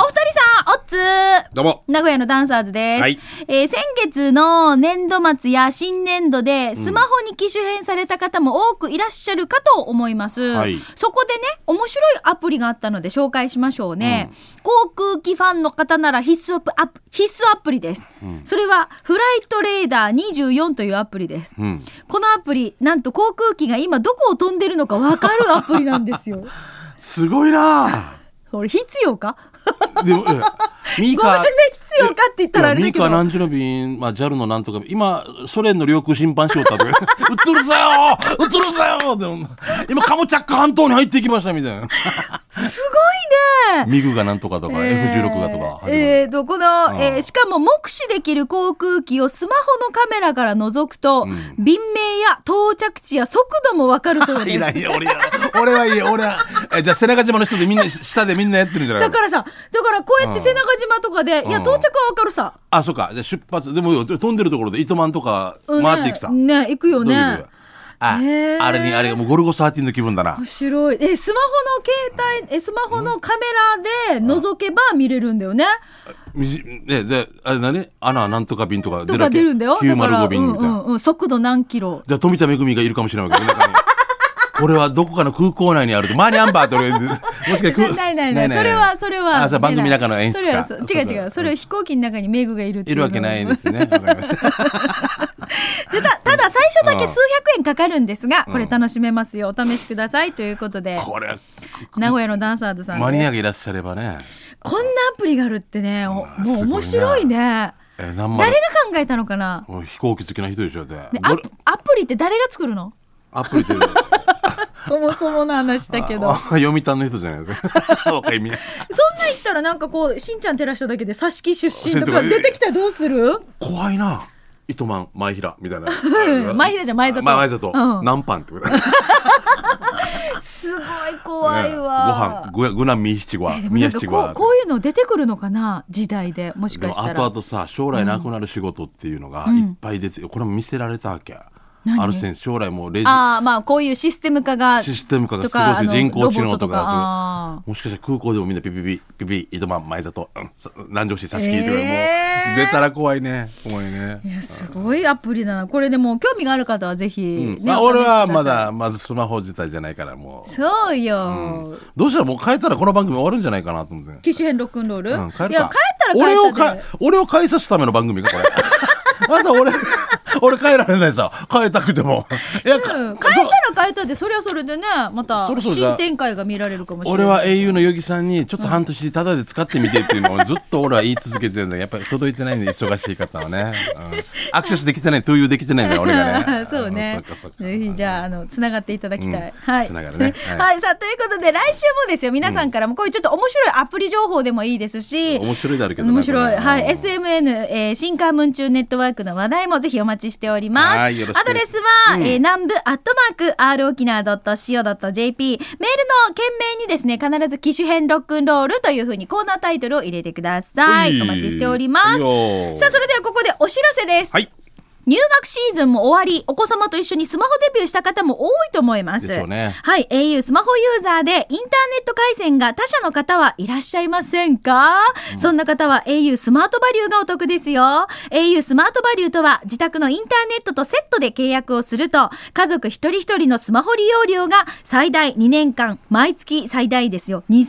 Speaker 1: おっつー
Speaker 2: どうも。
Speaker 1: 名古屋のダンサーズです、
Speaker 2: はい
Speaker 1: えー先月の年度末や新年度でスマホに機種変された方も多くいらっしゃるかと思います、
Speaker 2: はい
Speaker 1: そこでね面白いアプリがあったので紹介しましょうね、航空機ファンの方なら必須アプアプ必須アプリです、それはフライトレーダー24というアプリです、
Speaker 2: うん。
Speaker 1: このアプリなんと航空機が今どこを飛んでるのか分かるアプリなんです
Speaker 2: (laughs)
Speaker 1: よ
Speaker 2: すごいな
Speaker 1: これ必要か
Speaker 2: ぁでも、え
Speaker 1: (laughs)
Speaker 2: ミ
Speaker 1: ごめんね必要かって言ったらあれだけど
Speaker 2: いやミカ何時の便、まあ、JAL のなんとか、今、ソ連の領空侵犯しよったとか、 (laughs) 映るさよ映るさよでも今、カムチャック半島に入っていきましたみたいな。
Speaker 1: (laughs) すごいね
Speaker 2: ミグがなんとかとか、F16 がとか。
Speaker 1: えーえーとこの、
Speaker 2: ん
Speaker 1: えーしかも目視できる航空機をスマホのカメラから覗くと、便名や到着地や速度もわか
Speaker 2: (laughs)
Speaker 1: るそう
Speaker 2: い
Speaker 1: です
Speaker 2: ないいや俺や俺はいいよ俺はえじゃあ背中島の人
Speaker 1: (laughs)
Speaker 2: でみんな下でみんなやってるんじゃない
Speaker 1: だ
Speaker 2: の
Speaker 1: からさだからこうやって背中島とかで、いや
Speaker 2: うん
Speaker 1: 到着はわかるさ、
Speaker 2: あそうかじゃあ出発でも飛んでるところで糸満とか
Speaker 1: うん
Speaker 2: 回っていくさ、
Speaker 1: ねね行くよ
Speaker 2: どういうこ
Speaker 1: ね
Speaker 2: とよあ
Speaker 1: へー
Speaker 2: あれにあれもうゴルゴ13の気分だな
Speaker 1: 面白いえスマホの携帯えスマホのカメラで覗けば見れるんだよね、
Speaker 2: みじねであれ何アナなんとか便とか
Speaker 1: とか出るんだよだから
Speaker 2: 905便みたいな、
Speaker 1: うんうんうん、速度何キロ
Speaker 2: じゃあ富田恵がいるかもしれないわけど中に (laughs) これはどこかの空港内にあるとマーニャンバーっ
Speaker 1: (laughs)
Speaker 2: て俺もしかして空
Speaker 1: ないないないそれはそれは
Speaker 2: あじゃあ番組の中の演出
Speaker 1: それは
Speaker 2: か
Speaker 1: そう違う違うそれは飛行機の中にメグがいるってい
Speaker 2: いうる
Speaker 1: の
Speaker 2: わけないですねわかりました
Speaker 1: ただただ最初だけ数百円かかるんですが
Speaker 2: ん
Speaker 1: これ楽しめますよお試しくださいということで
Speaker 2: これは
Speaker 1: 名古屋のダンサーズさん
Speaker 2: マニ
Speaker 1: ね
Speaker 2: アがいらっしゃればね
Speaker 1: こんなアプリがあるってねお
Speaker 2: あ
Speaker 1: もう
Speaker 2: すご
Speaker 1: 面白い
Speaker 2: いな
Speaker 1: ね
Speaker 2: え何万
Speaker 1: 誰が考えたのかな
Speaker 2: もう飛行機好きな人でしょで、
Speaker 1: ねア
Speaker 2: ゴ
Speaker 1: プ
Speaker 2: ル
Speaker 1: アプリって誰が作る
Speaker 2: (laughs)
Speaker 1: の
Speaker 2: アプ
Speaker 1: (laughs)
Speaker 2: リというの
Speaker 1: そもそもの話だけど
Speaker 2: あ (laughs) 読谷の人じゃないですか (laughs) 若いみんな
Speaker 1: そんなん言ったらなんかこうしんちゃん照らしただけで挿し木出身とか出てきたらどうする
Speaker 2: 怖いな糸満前平みたいな (laughs)
Speaker 1: 前平じゃ前里
Speaker 2: まあ前里、
Speaker 1: うん
Speaker 2: 南パンってことだ
Speaker 1: すごい怖い
Speaker 2: (laughs)
Speaker 1: わ、
Speaker 2: ご飯ぐぐなみひちごわ
Speaker 1: えでもな
Speaker 2: 宮
Speaker 1: んか
Speaker 2: ひちご
Speaker 1: こ
Speaker 2: わ
Speaker 1: うこういうの出てくるのかな時代でもし
Speaker 2: で
Speaker 1: かし
Speaker 2: も
Speaker 1: たら
Speaker 2: 後々さ将来なくなる仕事っていうのが
Speaker 1: ん
Speaker 2: いっぱい出て、これも見せられたわけ
Speaker 1: 何
Speaker 2: ある先生将来もうレジ
Speaker 1: ああまあこういうシステム化が
Speaker 2: システム化がす
Speaker 1: とか
Speaker 2: ごいし
Speaker 1: あの
Speaker 2: 人工知能
Speaker 1: ロボット
Speaker 2: と
Speaker 1: と
Speaker 2: か
Speaker 1: か
Speaker 2: がすごい
Speaker 1: あ
Speaker 2: もしかしたら空港でもみんなピピピピピ糸満前里うんさ南城市差し切りとかもう
Speaker 1: えー
Speaker 2: 出たら怖いね怖いね
Speaker 1: いやすごいアプリだなこれでも興味がある方はぜひ、ね
Speaker 2: まあ、
Speaker 1: お試しく
Speaker 2: 俺
Speaker 1: ださ
Speaker 2: はいまだまずスマホ自体じゃないからもう
Speaker 1: そうよ、
Speaker 2: どうしたらもう変えたらこの番組終わるんじゃないかなと思って、
Speaker 1: 機種変ロックンロール、
Speaker 2: うん、変え
Speaker 1: い
Speaker 2: る
Speaker 1: や変え
Speaker 2: か
Speaker 1: たら変
Speaker 2: 俺
Speaker 1: え
Speaker 2: を
Speaker 1: た
Speaker 2: か
Speaker 1: で
Speaker 2: 俺を変えさすための番組かこれまだ俺俺変えられないさ変えたくてもいや、か
Speaker 1: うん、変えたら変えたでそれはそれでねまた
Speaker 2: そろそろじゃあ
Speaker 1: 新展開が見られるかもしれない
Speaker 2: 俺は au のヨギさんにちょっと半年タダで使ってみてっていうのをずっと俺は言い続けてるんだけどやっぱり届いてないんで忙しい方は
Speaker 1: (laughs)
Speaker 2: ね、うんアクセスできてない共有できてないんだよ俺が
Speaker 1: (laughs)
Speaker 2: ね
Speaker 1: そうね
Speaker 2: んそっかそっ。か
Speaker 1: ぜひじゃああのつながっていただきたい。
Speaker 2: うん
Speaker 1: はい。
Speaker 2: つながるね
Speaker 1: は、
Speaker 2: はいい
Speaker 1: さあということで来週もですよ皆さんからもこういうちょっと面白いアプリ情報でもいいですし。
Speaker 2: 面白いであるけどな
Speaker 1: 面白い。
Speaker 2: これ
Speaker 1: は
Speaker 2: うん
Speaker 1: い。SMN、えー、新カームン中ネットワークの話題もぜひお待ちしております。
Speaker 2: はいよろしく
Speaker 1: アドレスは、えー南部アットマーク、r 沖縄 .co.jp。メールの件名にですね、必ず機種変ロックンロールというふうにコーナータイトルを入れてくださ。
Speaker 2: はいい
Speaker 1: お待ちしております。
Speaker 2: いいよ
Speaker 1: さあ、それではここでお知らせです。
Speaker 2: はい
Speaker 1: 入学シーズンも終わり、お子様と一緒にスマホデビューした方も多いと思います。
Speaker 2: でしょうね
Speaker 1: はい、au スマホユーザーでインターネット回線が他社の方はいらっしゃいませんか、そんな方は au スマートバリューがお得ですよ。au スマートバリューとは自宅のインターネットとセットで契約をすると、家族一人一人のスマホ利用料が最大2年間、毎月最大ですよ、2000円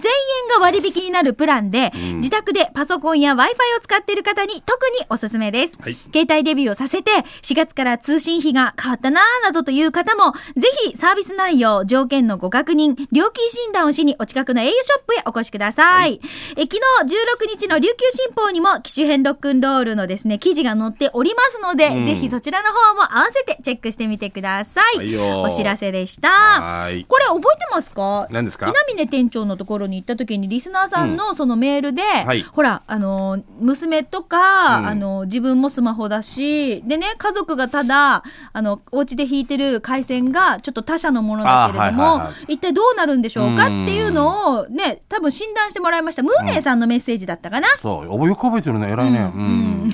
Speaker 1: が割引になるプランで、自宅でパソコンや Wi-Fi を使っている方に特におすすめです。
Speaker 2: はい
Speaker 1: 携帯デビューをさせて、4月から通信費が変わったなぁなどという方も、ぜひサービス内容、条件のご確認、料金診断をしにお近くの au ショップへお越しください。え昨日16日の琉球新報にも機種変ロックンロールのですね、記事が載っておりますので、ぜひそちらの方も合わせてチェックしてみてください。
Speaker 2: はいよ
Speaker 1: お知らせでした。
Speaker 2: はい
Speaker 1: これ覚えてますか
Speaker 2: 何ですか
Speaker 1: 稲峰店長のところに行った時にリスナーさんのそのメールで、
Speaker 2: はい
Speaker 1: ほらあの娘とか、
Speaker 2: うん
Speaker 1: あの自分もスマホだしでねね、家族がただ、あの、お家で弾いてる回線が、ちょっと他社のものだけれども、
Speaker 2: あーはいはいは
Speaker 1: 一体どうなるんでしょうかっていうのを、ね、多分診断してもらいました。ムーネーさんのメッセージだったかな。
Speaker 2: そう、おぼよく覚えてるね、偉いね。うん。うん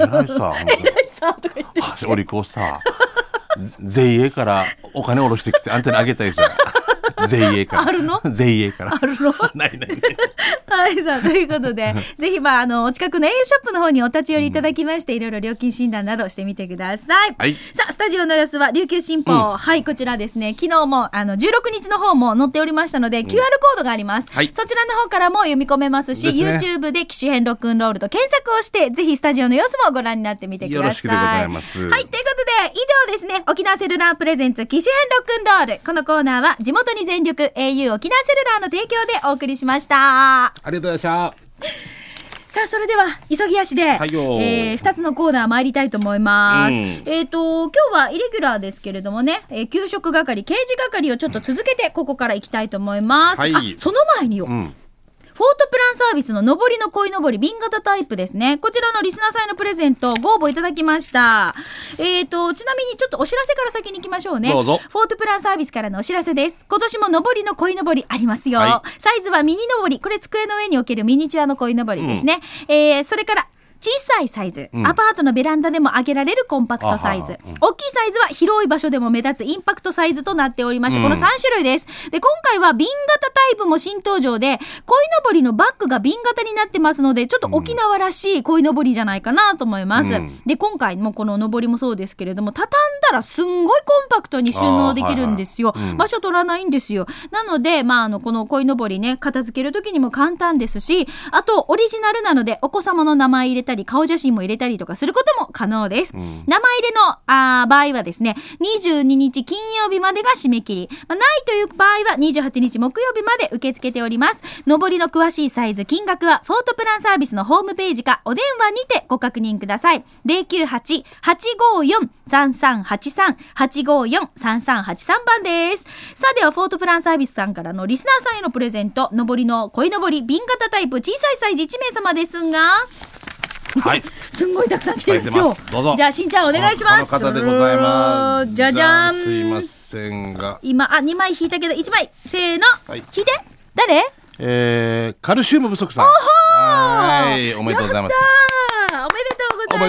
Speaker 2: 偉
Speaker 1: (laughs)
Speaker 2: いさ、本当に。
Speaker 1: (laughs) さあ、とか言って。
Speaker 2: お利口さ、JA からお金下ろしてきてアンテナ上げたり
Speaker 1: (laughs)
Speaker 2: さ、JA から。
Speaker 1: ある
Speaker 2: (laughs)
Speaker 1: の
Speaker 2: ?JA から。あるの (laughs) ないないない。
Speaker 1: (laughs) はい、さあ、ということ
Speaker 2: (laughs)
Speaker 1: で、ぜひ、まあ、あの、お近くの A ショップの方にお立ち寄りいただきまして、いろいろ料金診断などしてみてください。
Speaker 2: はい
Speaker 1: さあ、スタジオの様子は、琉球新報、はい、こちらですね、昨日も、あの、16日の方も載っておりましたので、QR コードがあります。
Speaker 2: はい
Speaker 1: そちらの方からも読み込めますし、
Speaker 2: ですね
Speaker 1: YouTube で機種編ロックンロールと検索をして、ぜひスタジオの様子もご覧になってみてください。
Speaker 2: よろしくでございます
Speaker 1: はい、ということで、以上ですね、沖縄セルラープレゼンツ機種編ロックンロール。このコーナーは、地元に全力 au 沖縄セルラーの提供でお送りしました。
Speaker 2: ありがとうございました。
Speaker 1: さあ、それでは、急ぎ足で、
Speaker 2: いよ
Speaker 1: えー二つのコーナー参りたいと思います。
Speaker 2: うん
Speaker 1: えっ、と、今日はイレギュラーですけれどもね、えー給食係、刑事係をちょっと続けて、ここから行きたいと思います。
Speaker 2: はい
Speaker 1: あ、その前によ、
Speaker 2: うん。
Speaker 1: フォートプランサービスの上りの鯉のぼり瓶型タイプですね。こちらのリスナーさんへのプレゼントご応募いただきました。えーと、ちなみにちょっとお知らせから先に行きましょうね。
Speaker 2: どうぞ
Speaker 1: フォートプランサービスからのお知らせです。今年も上りの鯉のぼりありますよ。
Speaker 2: は
Speaker 1: サイズはミニのぼり。これ机の上に置けるミニチュアの鯉のぼりですね。えーそれから、小さいサイズ、
Speaker 2: ん
Speaker 1: アパートのベランダでも上げられるコンパクトサイズ
Speaker 2: あはは
Speaker 1: 大きいサイズは広い場所でも目立つインパクトサイズとなっておりまして、この3種類です。で、今回は瓶型タイプも新登場で、鯉のぼりのバッグが瓶型になってますので、ちょっと沖縄らしい鯉のぼりじゃないかなと思います。
Speaker 2: うん
Speaker 1: で、今回もこののぼりもそうですけれども、畳んだらすんごいコンパクトに収納できるんですよ。
Speaker 2: あーはいはいうん
Speaker 1: 場所取らないんですよ。なので、まあ、あの、この鯉のぼりね、片付ける時にも簡単ですし、あと、オリジナルなので、お子様の名前入れたり、顔写真も入れたりとかすることも可能です。名前入れのあー場合はですね、22日金曜日までが締め切り。まあないという場合は、28日木曜日まで受け付けております。上りの詳しいサイズ、金額は、フォートプランサービスのホームページか、お電話にてご確認ください。098-854-3383、854-3383番です。さあ、では、フォートプランサービスさんからのリスナーさんへのプレゼント、上りの鯉のぼり、瓶型タイプ、小さいサイズ1名様ですが、
Speaker 2: はい。
Speaker 1: すんごいたくさん来てるんですよ
Speaker 2: 書いてますどうぞ
Speaker 1: じゃあしんちゃんお願いします
Speaker 2: この方でございます。
Speaker 1: じゃじゃ
Speaker 2: すいま
Speaker 1: ん
Speaker 2: せんが。
Speaker 1: 今あ二枚引いたけど一枚せーの、
Speaker 2: はい
Speaker 1: 引いて誰
Speaker 2: えー、カルシウム不足さん。はい。おめでとうございます。
Speaker 1: やったー
Speaker 2: お
Speaker 1: お
Speaker 2: め
Speaker 1: めで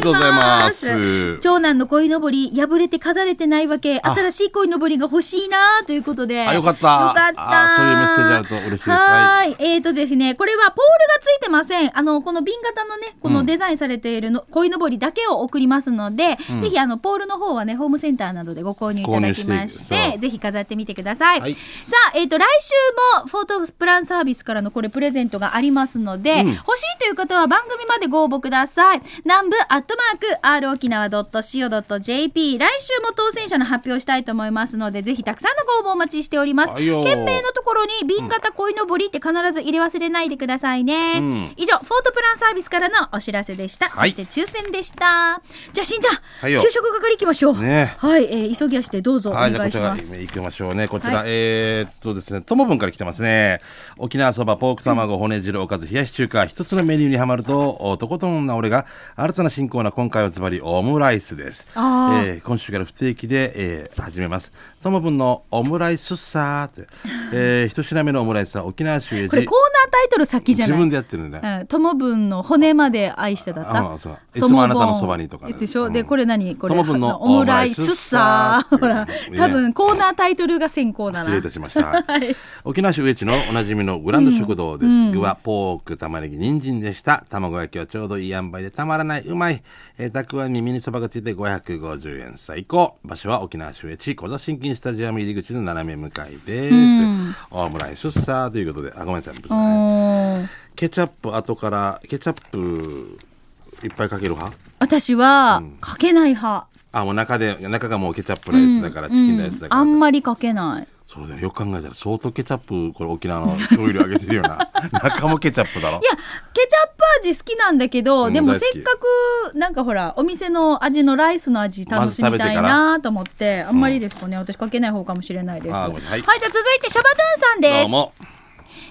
Speaker 2: で
Speaker 1: とうご
Speaker 2: とうご
Speaker 1: ざ
Speaker 2: ざ
Speaker 1: い
Speaker 2: い
Speaker 1: ま
Speaker 2: ますす
Speaker 1: 長男の鯉のぼり破れて飾れてないわけ
Speaker 2: あ
Speaker 1: 新しい鯉のぼりが欲しいなということで
Speaker 2: あよかった
Speaker 1: よかった
Speaker 2: あそういうメッセージあると嬉しいです
Speaker 1: は
Speaker 2: は
Speaker 1: ーいえーとですねこれはポールがついてませんあのこの瓶型のねこのデザインされているの、鯉のぼりだけを送りますので、ぜひあのポールの方はねホームセンターなどでご購入いただきまし
Speaker 2: 購入して
Speaker 1: て
Speaker 2: いくそう
Speaker 1: ぜひ飾ってみてください、
Speaker 2: はい
Speaker 1: さあえーと来週もフォートプランサービスからのこれプレゼントがありますので、欲しいという方は番組までご応募ください南部アットマーク r 沖縄 .co.jp 来週も当選者の発表したいと思いますのでぜひたくさんのご応募お待ちしております
Speaker 2: はいよ
Speaker 1: 件名のところに瓶型鯉のぼりって必ず入れ忘れないでくださいね、以上フォートプランサービスからのお知らせでした、
Speaker 2: はい
Speaker 1: そして抽選でしたじゃあしんちゃん、
Speaker 2: いよ
Speaker 1: 給食係行きましょう
Speaker 2: ね
Speaker 1: はい、えー、急ぎ足でどうぞお
Speaker 2: はい、
Speaker 1: 願
Speaker 2: じゃあ
Speaker 1: い
Speaker 2: こ
Speaker 1: し
Speaker 2: ちら
Speaker 1: ます
Speaker 2: に行きましょうね。こちら、
Speaker 1: は
Speaker 2: えーっとですね、ともぶんから来てますね。沖縄そば、ポーク卵、骨汁、おかず、冷やし中華、一つのメニューにはまると、おとことんな俺が、新たな新コーナー、今回はズバリ、オムライスです。え
Speaker 1: あー
Speaker 2: ー今週から不定期で、えー始めます。ともぶんのオムライスさーって、えー、一品目のオムライスは沖縄州へ
Speaker 1: これコーナータイトル先じゃ
Speaker 2: 自
Speaker 1: ない
Speaker 2: 分でやってるね。
Speaker 1: うん、友分の骨まで愛してだった。
Speaker 2: あそういつもあなたのそばにとかね
Speaker 1: でしょ、
Speaker 2: うん
Speaker 1: で、これ何これ。
Speaker 2: 友分の
Speaker 1: オムライスっさー。
Speaker 2: オ
Speaker 1: ほ
Speaker 2: ム
Speaker 1: ら
Speaker 2: ライスっさーっていうね
Speaker 1: 多分コーナータイトルが先行だな。
Speaker 2: 失礼いたし
Speaker 1: (laughs)
Speaker 2: ました。沖縄市上地のおなじみのグランド食堂です。具はポーク、玉ねぎ、人参でした。卵焼きはちょうどいい塩梅でたまらない。うまい。えー、たくあんにミニそばがついて550円。最高。場所は沖縄市上地小座新金スタジアム入り口の斜め向かいです。オムライスさーということで、あ、ごめんなさい。
Speaker 1: おー
Speaker 2: ケチャップ後から、ケチャップいっぱいかける派
Speaker 1: 私は、かけない派。
Speaker 2: あ、もう中で、中がもうケチャップライスだから、チキンライスだから。
Speaker 1: あんまりかけない。
Speaker 2: そうだよ。よく考えたら、相当ケチャップ、これ沖縄の醤油量上げてるよな。 (laughs) 中もケチャップだろ
Speaker 1: い。や、ケチャップ味好きなんだけど、
Speaker 2: うん
Speaker 1: でも
Speaker 2: 大好き
Speaker 1: せっかく、なんかほら、お店の味のライスの味楽しみたいなと思って、あんまりですかね、私かけない方かもしれないです。
Speaker 2: あー
Speaker 1: は
Speaker 2: ごめ
Speaker 1: い、
Speaker 2: んはい
Speaker 1: じゃあ続いてシャバドゥンさんです
Speaker 2: どう。も。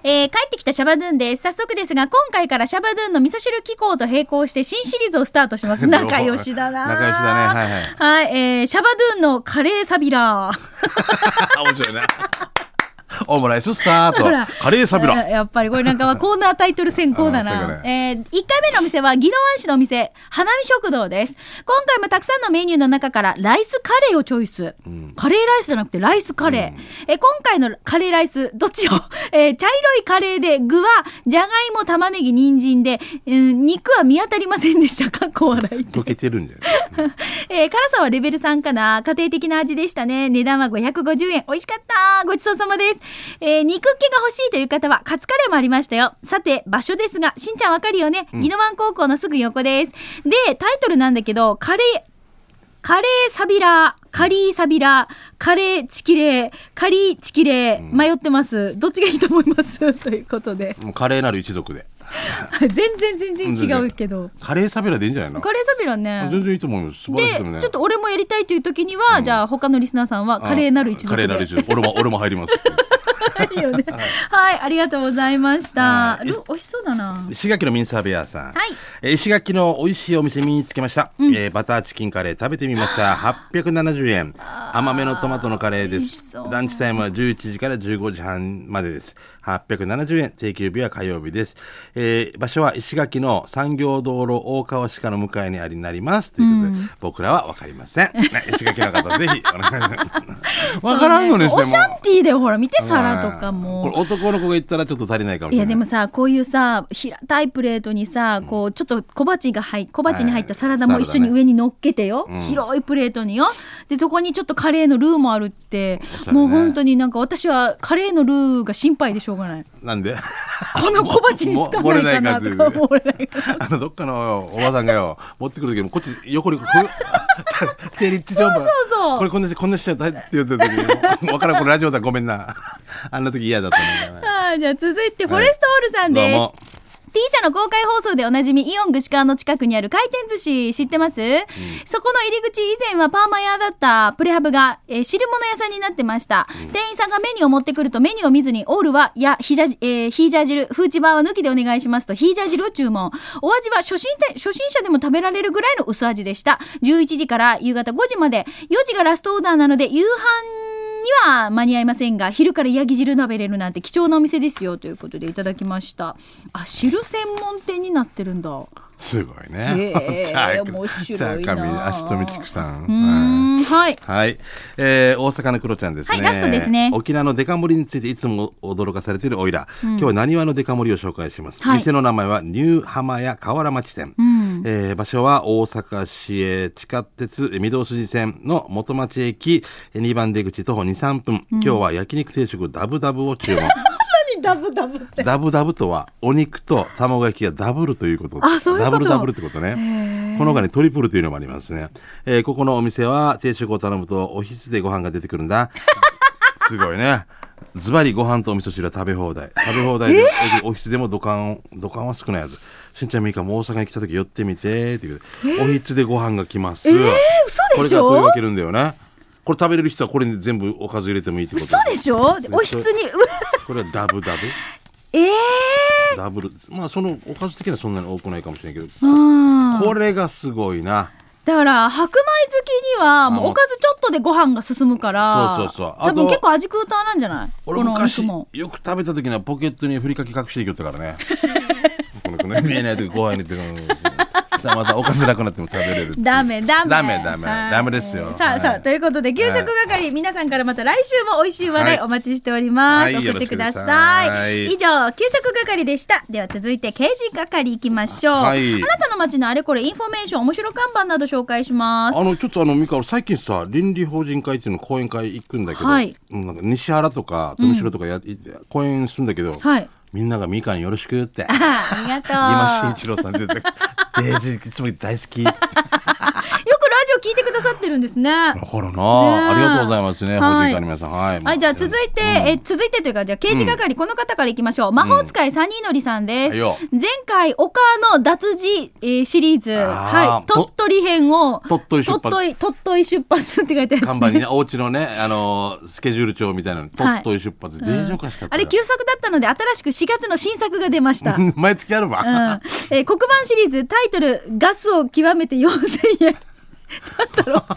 Speaker 1: えー帰ってきたシャバドゥンです。早速ですが、今回からシャバドゥンの味噌汁機構と並行して新シリーズをスタートし
Speaker 2: (laughs)
Speaker 1: ます。 (laughs) 仲良しだな
Speaker 2: 仲良しだねはいはい
Speaker 1: はい。えーシャバドゥンのカレーサビラー。 (laughs)
Speaker 2: 面白いね。オムライススタート
Speaker 1: ほら。
Speaker 2: カレーサビラ。
Speaker 1: えー (laughs) やっぱりこれなんかはコーナータイトル先行だ
Speaker 2: あーそう
Speaker 1: な
Speaker 2: か。
Speaker 1: えー、1回目のお店は、宜野湾市のお店、花見食堂です。今回もたくさんのメニューの中から、ライスカレーをチョイス。カレーライスじゃなくて、ライスカレー。えー今回のカレーライス、どっちを (laughs) えー茶色いカレーで、具は、じゃがいも、玉ねぎ、人参で、うん肉は見当たりませんでした。かっこ笑い。
Speaker 2: 溶けてるんじゃない
Speaker 1: えー辛さはレベル3かな家庭的な味でしたね値段は550円美味しかったごちそうさまです、えー肉っ気が欲しいという方はカツカレーもありましたよさて場所ですがしんちゃんわかるよね宜野湾高校のすぐ横ですでタイトルなんだけどカレーカレーサビラーカリーサビラーカレーチキレーカリーチキレー迷ってますどっちがいいと思います (laughs) ということで
Speaker 2: もうカレーなる一族で。
Speaker 1: 全然全然 (laughs) 違うけど
Speaker 2: カレーサビラでいいんじゃないの
Speaker 1: カレーサビラーね
Speaker 2: 全然いいと思うよ。素晴らしい
Speaker 1: で、
Speaker 2: よね。
Speaker 1: ちょっと俺もやりたいという時には、じゃあ他のリスナーさんはカレーなる一族で。
Speaker 2: カレーなる一族。俺も、俺も入ります。
Speaker 1: (laughs) いいよね。はい、ありがとうございました。
Speaker 2: はい
Speaker 1: ル美味しそうだな。
Speaker 2: 石垣のミンサーベアさん、
Speaker 1: はい
Speaker 2: えー石垣の美味しいお店見につけました、えーバターチキンカレー食べてみました870円甘めのトマトのカレーで
Speaker 1: 美味し
Speaker 2: す
Speaker 1: そう
Speaker 2: ランチタイムは11時から15時半までです870円定休日は火曜日です、えー場所は石垣の産業道路大川鹿の向かいにありになりますということで、僕らは分かりま
Speaker 1: (laughs)
Speaker 2: せん、ね石垣の方ぜひお願いします分からんよね
Speaker 1: おシャン
Speaker 2: も
Speaker 1: ティーでほら、見て皿とか
Speaker 2: こ
Speaker 1: も
Speaker 2: れ。男の子が言ったらちょっと足りないかもし
Speaker 1: い
Speaker 2: れ
Speaker 1: や
Speaker 2: ない
Speaker 1: でもさこういうさ平たいプレートにさこうちょっと小鉢が入小鉢に入ったサラダも
Speaker 2: はい
Speaker 1: 一緒に上に乗っけてよ、
Speaker 2: うん
Speaker 1: 広いプレートによでそこにちょっとカレーのルーもあるって、
Speaker 2: おしゃれね
Speaker 1: もう本当になんか私はカレーのルーが心配でしょう
Speaker 2: (laughs)
Speaker 1: がない
Speaker 2: なんで
Speaker 1: この小鉢につかないかなとか思わないか
Speaker 2: (laughs) あの、どっかのおばさんがよ、持ってくる時も、こっち、横に、こう、 (laughs) 手に、そうそう
Speaker 1: そう
Speaker 2: これこんなし、こんなしちゃう、だいって言ってた時に、 (laughs) わからん、これラジオだ、ごめんな。 (laughs) あんな時嫌だったんだよね。
Speaker 1: はいじゃあ続いてフォレストオールさん
Speaker 2: どう
Speaker 1: です、
Speaker 2: も。
Speaker 1: ティーチャーの公開放送でおなじみイオン串川の近くにある回転寿司知ってます、そこの入り口以前はパーマ屋だったプレハブが、えー汁物屋さんになってました、店員さんがメニューを持ってくるとメニューを見ずにオールはやヒジャジ、えーヒージャー汁フーチバーは抜きでお願いしますとヒージャー汁を注文お味は初心店初心者でも食べられるぐらいの薄味でした11時から夕方5時まで4時がラストオーダーなので夕飯には間に合いませんが昼からヤギ汁食べれるなんて貴重なお店ですよということでいただきましたあ汁専門店になってるんだう
Speaker 2: すごいね。
Speaker 1: へえ
Speaker 2: (laughs) じゃあ
Speaker 1: 面白いな
Speaker 2: じゃあ神足富千久さん。
Speaker 1: ー
Speaker 2: はい
Speaker 1: んはい
Speaker 2: はい、えー大阪のクロちゃんですね、
Speaker 1: はいラストですね
Speaker 2: 沖縄のデカ盛りについていつも驚かされているオイラ、今日は何わのデカ盛りを紹介します、
Speaker 1: はい
Speaker 2: 店の名前はニューハマヤ河原町店、
Speaker 1: ん
Speaker 2: えー場所は大阪市営地下鉄御堂筋線の元町駅2番出口徒歩23分、今日は焼肉定食ダブダブを注文
Speaker 5: ダブダブって。
Speaker 2: ダブダブとはお肉と卵焼きがダブルということ
Speaker 1: あそういうこと
Speaker 2: ダブルダブルってことねこの他にトリプルというのもありますね、えーここのお店は定食を頼むとおひつでご飯が出てくる
Speaker 1: (laughs)
Speaker 2: んだすごいねズバリご飯とお味噌汁は食べ放題食べ放題で、おひつでも土管土管は少ないはずしんちゃんみーかも大阪に来た時寄ってみてっていうことで、おひつでご飯が来ます、
Speaker 1: 嘘
Speaker 2: こ
Speaker 1: で
Speaker 2: れ
Speaker 1: し
Speaker 2: から取り
Speaker 1: ょ
Speaker 2: 分けるんだよねこれ食べれる人はこれに全部おかず入れてもいいってこと
Speaker 1: 嘘でしょおひつにうわ
Speaker 2: これはダブダブ
Speaker 1: ええ
Speaker 2: ダブル。まあ、そのおかず的にはそんなに多くないかもしれないけど、
Speaker 1: うん
Speaker 2: これがすごいな。
Speaker 1: だから白米好きにはもう
Speaker 2: もう
Speaker 1: おかずちょっとでご飯が進むから
Speaker 2: そうそうそうあと
Speaker 1: 多分結構味クーターなんじゃないこ
Speaker 2: 俺
Speaker 1: のお肉
Speaker 2: 昔、
Speaker 1: も
Speaker 2: よく食べた時にはポケットにふりかけ隠していきよったからね。 (laughs) このこの見えない時ご飯入れてるさあまたおかずなくなっても食べれる。
Speaker 1: ダメダメ
Speaker 2: ダメダメ
Speaker 1: はい
Speaker 2: ダメですよ
Speaker 1: さ
Speaker 2: は
Speaker 1: あ
Speaker 2: い
Speaker 1: さあということで給食係、皆さんからまた来週も美味しい話題
Speaker 2: はい
Speaker 1: お待ちしております、
Speaker 2: はい
Speaker 1: 送ってくだ
Speaker 2: よろしくだ
Speaker 1: さい
Speaker 2: さい
Speaker 1: 以上給食係でしたでは続いて刑事係いきましょう、
Speaker 2: はい
Speaker 1: あなたの街のあれこれインフォメーション面白看板など紹介します
Speaker 2: あのちょっとあのミカ俺最近さ倫理法人会っていうの講演会行くんだけど、
Speaker 1: はい
Speaker 2: うんなんか西原とか富城とかや、って講演するんだけど、
Speaker 1: はい
Speaker 2: みんながミカによろしくって
Speaker 1: あありがとう
Speaker 2: (laughs) 今慎一郎さん出てデージいつも大好き
Speaker 1: よくラジと聞いてくださってるんですね
Speaker 2: だから
Speaker 1: ねえ
Speaker 2: な、ありがとうございます
Speaker 1: は
Speaker 2: ね、
Speaker 1: い
Speaker 2: ホリディカの皆さん。はい。
Speaker 1: はい、じゃあ続いて、え続いてというか、じゃあ刑事係、この方からいきましょう。魔法使い三人のりさんです。
Speaker 2: はいよ
Speaker 1: 前回、岡の脱字、えーシリーズ、
Speaker 2: あー
Speaker 1: はい、
Speaker 2: と
Speaker 1: 鳥取編を、
Speaker 2: 鳥取出発
Speaker 1: 鳥取、鳥取出発って書いてある
Speaker 2: 看板にね、 (laughs) お家のね、あのー、スケジュール帳みたいなの、
Speaker 1: はい
Speaker 2: 鳥取出発、全然おかしかった
Speaker 1: あ
Speaker 2: よ。
Speaker 1: れ、休作だったので、新しく4月の新作が出ました。うん
Speaker 2: (laughs) 毎月あるわ。
Speaker 1: えー黒板シリーズ、タイトル、ガスを極めて4000円。なんだろう。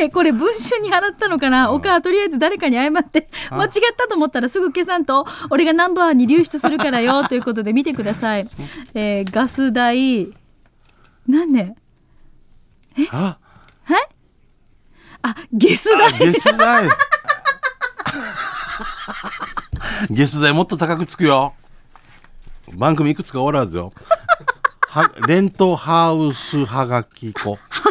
Speaker 1: えーこれ文春に払ったのかな、お母とりあえず誰かに謝って間違ったと思ったらすぐ消さんと俺がナンバーに流出するから
Speaker 2: (laughs)
Speaker 1: よということで見てください、えーガス代何年
Speaker 2: あ、
Speaker 1: あゲス
Speaker 2: あ
Speaker 1: 代
Speaker 2: ゲス代。 (laughs) ゲス代もっと高くつくよ。番組いくつかおらずよ。は、レントハウスはがき粉。 (laughs)
Speaker 1: 歯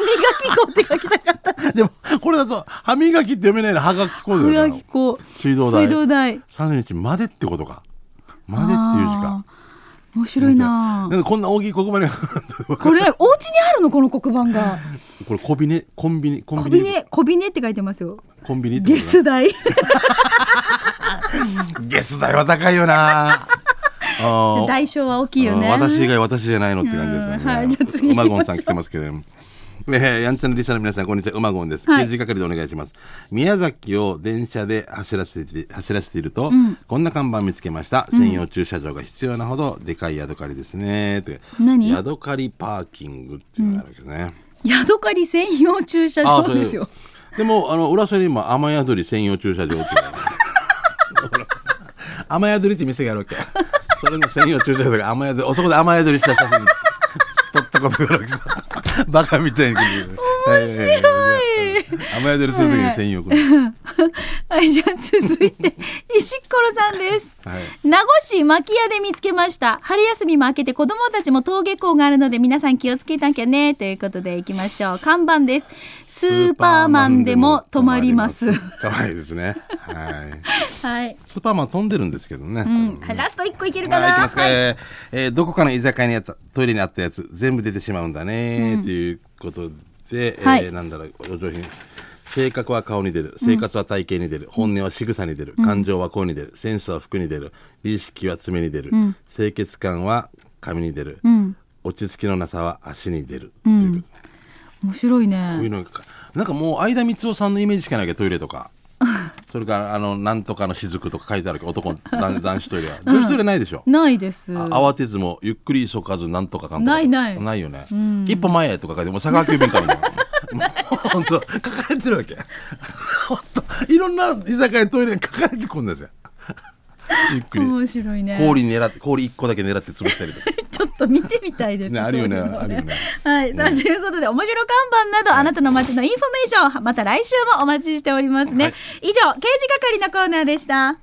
Speaker 1: 磨き粉って書きたかった
Speaker 2: でも、これだと、歯磨きって読めないの、はがき粉
Speaker 1: 歯
Speaker 2: だよ
Speaker 1: 磨
Speaker 2: な
Speaker 1: き。粉
Speaker 2: 水道代
Speaker 1: 水道代
Speaker 2: 30日までってことか。までっていう時間。
Speaker 1: 面白いな
Speaker 2: なんかこんな大きい黒板に、 (laughs)
Speaker 1: これお家にあるのこの黒板が
Speaker 2: これコンビニ、コンビニ、コ
Speaker 1: 小
Speaker 2: ン (laughs)
Speaker 1: ビ
Speaker 2: ビニ、
Speaker 1: ネ小ビネって書いてますよ
Speaker 2: コンビニってこ
Speaker 1: ゲ
Speaker 2: とだ
Speaker 1: ス代
Speaker 2: ゲス代は高いよな。あ
Speaker 1: (laughs)
Speaker 2: ー
Speaker 1: 代償は大きいよね
Speaker 2: うん私以外私じゃないのって感じですよね。
Speaker 1: うんはいじゃあ次行きま
Speaker 2: 馬
Speaker 1: しょう
Speaker 2: ゴンさん来てますけれども。 (laughs) えー、やんちゃんのリスナーの皆さん、こんにちは。馬ゴンです。
Speaker 1: はい
Speaker 2: 刑事係でお願いします。宮崎を電車で走らせて、走らせていると、こんな看板見つけました。専用駐車場が必要なほどでかいヤドカリですね。と
Speaker 1: 何
Speaker 2: ヤドカリパーキングっていうのがあるけどね。
Speaker 1: ヤドカリ専用駐車
Speaker 2: あ
Speaker 1: 場
Speaker 2: そう
Speaker 1: ですよ。
Speaker 2: でも、あの、浦添にも雨宿り専用駐車場っていうのがある雨宿りって店があるわけ。それの専用駐車場が雨宿り、おそこで雨宿りした写真撮ったことがあるわけさ。バカみたいに。面白い。雨宿りするときに専用。
Speaker 1: はい、じゃあ続い
Speaker 2: (laughs)
Speaker 1: て、石ころさんです。
Speaker 2: はい
Speaker 1: 名護市牧屋で見つけました。春休みも明けて子供たちも登下校があるので皆さん気をつけなきゃね。ということで行きましょう。看板です。スーパーマンでも止まります。
Speaker 2: かわいいですね。はい。
Speaker 1: はい。
Speaker 2: スーパーマン飛んでるんですけどね。
Speaker 1: うんはいラスト一個いけるか
Speaker 2: はい、行き
Speaker 1: な。
Speaker 2: ますか。
Speaker 1: はい
Speaker 2: えーえーどこかの居酒屋にあった、トイレにあったやつ、全部出てしまうんだね、ということで、えー
Speaker 1: はい
Speaker 2: なんだろう、お上品。性格は顔に出る。生活は体型に出る。本音は仕草に出る。感情は声に出る。センスは服に出る。美意識は爪に出る。清潔感は髪に出る。落ち着きのなさは足に出る。ということで
Speaker 1: 面白い
Speaker 2: こうい
Speaker 1: ね。
Speaker 2: うのがなんかもう相田光夫さんのイメージしかないけどトイレ
Speaker 1: (laughs)
Speaker 2: とかそれからあのなんとかの雫とか書いてあるけど男男男子トイレは女子トイレないでしょ、
Speaker 1: ないです。
Speaker 2: あ慌てずもゆっくり急かずなんとかかんとか
Speaker 1: ないない
Speaker 2: ないよね、一歩前へとか書いてもう佐川急便
Speaker 1: (laughs)
Speaker 2: かみたいなもう本当書かれてるわけ本当いろんな居酒屋にトイレに書かれてくるんです
Speaker 1: (laughs)
Speaker 2: よゆっくり
Speaker 1: 面白いね。
Speaker 2: 氷狙って氷一個だけ狙って潰したり
Speaker 1: (laughs)
Speaker 2: とか
Speaker 1: ちょっと見てみたいです。
Speaker 2: ねあるよね
Speaker 1: そういうの
Speaker 2: あるよね
Speaker 1: (laughs) はい、さあ、ということで、面白看板など、あなたの街のインフォメーション、また来週もお待ちしておりますね。以上、刑事係のコーナーでした。